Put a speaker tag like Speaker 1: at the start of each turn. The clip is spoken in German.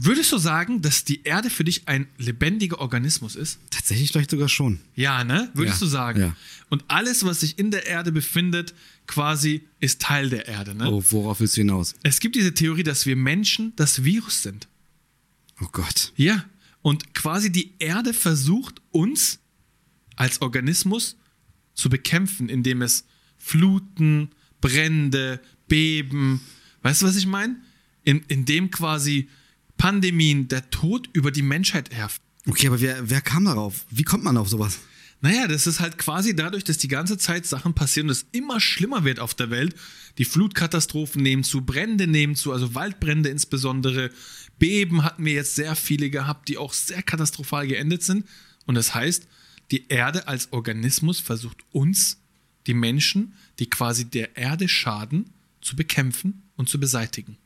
Speaker 1: Würdest du sagen, dass die Erde für dich ein lebendiger Organismus ist?
Speaker 2: Tatsächlich vielleicht sogar schon.
Speaker 1: Ja, ne? Würdest
Speaker 2: Ja,
Speaker 1: du sagen.
Speaker 2: ja.
Speaker 1: Und alles, was sich in der Erde befindet, quasi ist Teil der Erde, ne?
Speaker 2: Oh, worauf willst du hinaus?
Speaker 1: Es gibt diese Theorie, dass wir Menschen das Virus sind.
Speaker 2: Oh Gott.
Speaker 1: Ja. Und quasi die Erde versucht, uns als Organismus zu bekämpfen, indem es Fluten, Brände, Beben, weißt du, was ich meine? In, indem quasi Pandemien, der Tod über die Menschheit herrscht.
Speaker 2: Okay, aber wer, wer kam darauf? Wie kommt man auf sowas?
Speaker 1: Naja, das ist halt quasi dadurch, dass die ganze Zeit Sachen passieren und es immer schlimmer wird auf der Welt. Die Flutkatastrophen nehmen zu, Brände nehmen zu, also Waldbrände insbesondere. Beben hatten wir jetzt sehr viele gehabt, die auch sehr katastrophal geendet sind. Und das heißt, die Erde als Organismus versucht uns, die Menschen, die quasi der Erde schaden, zu bekämpfen und zu beseitigen.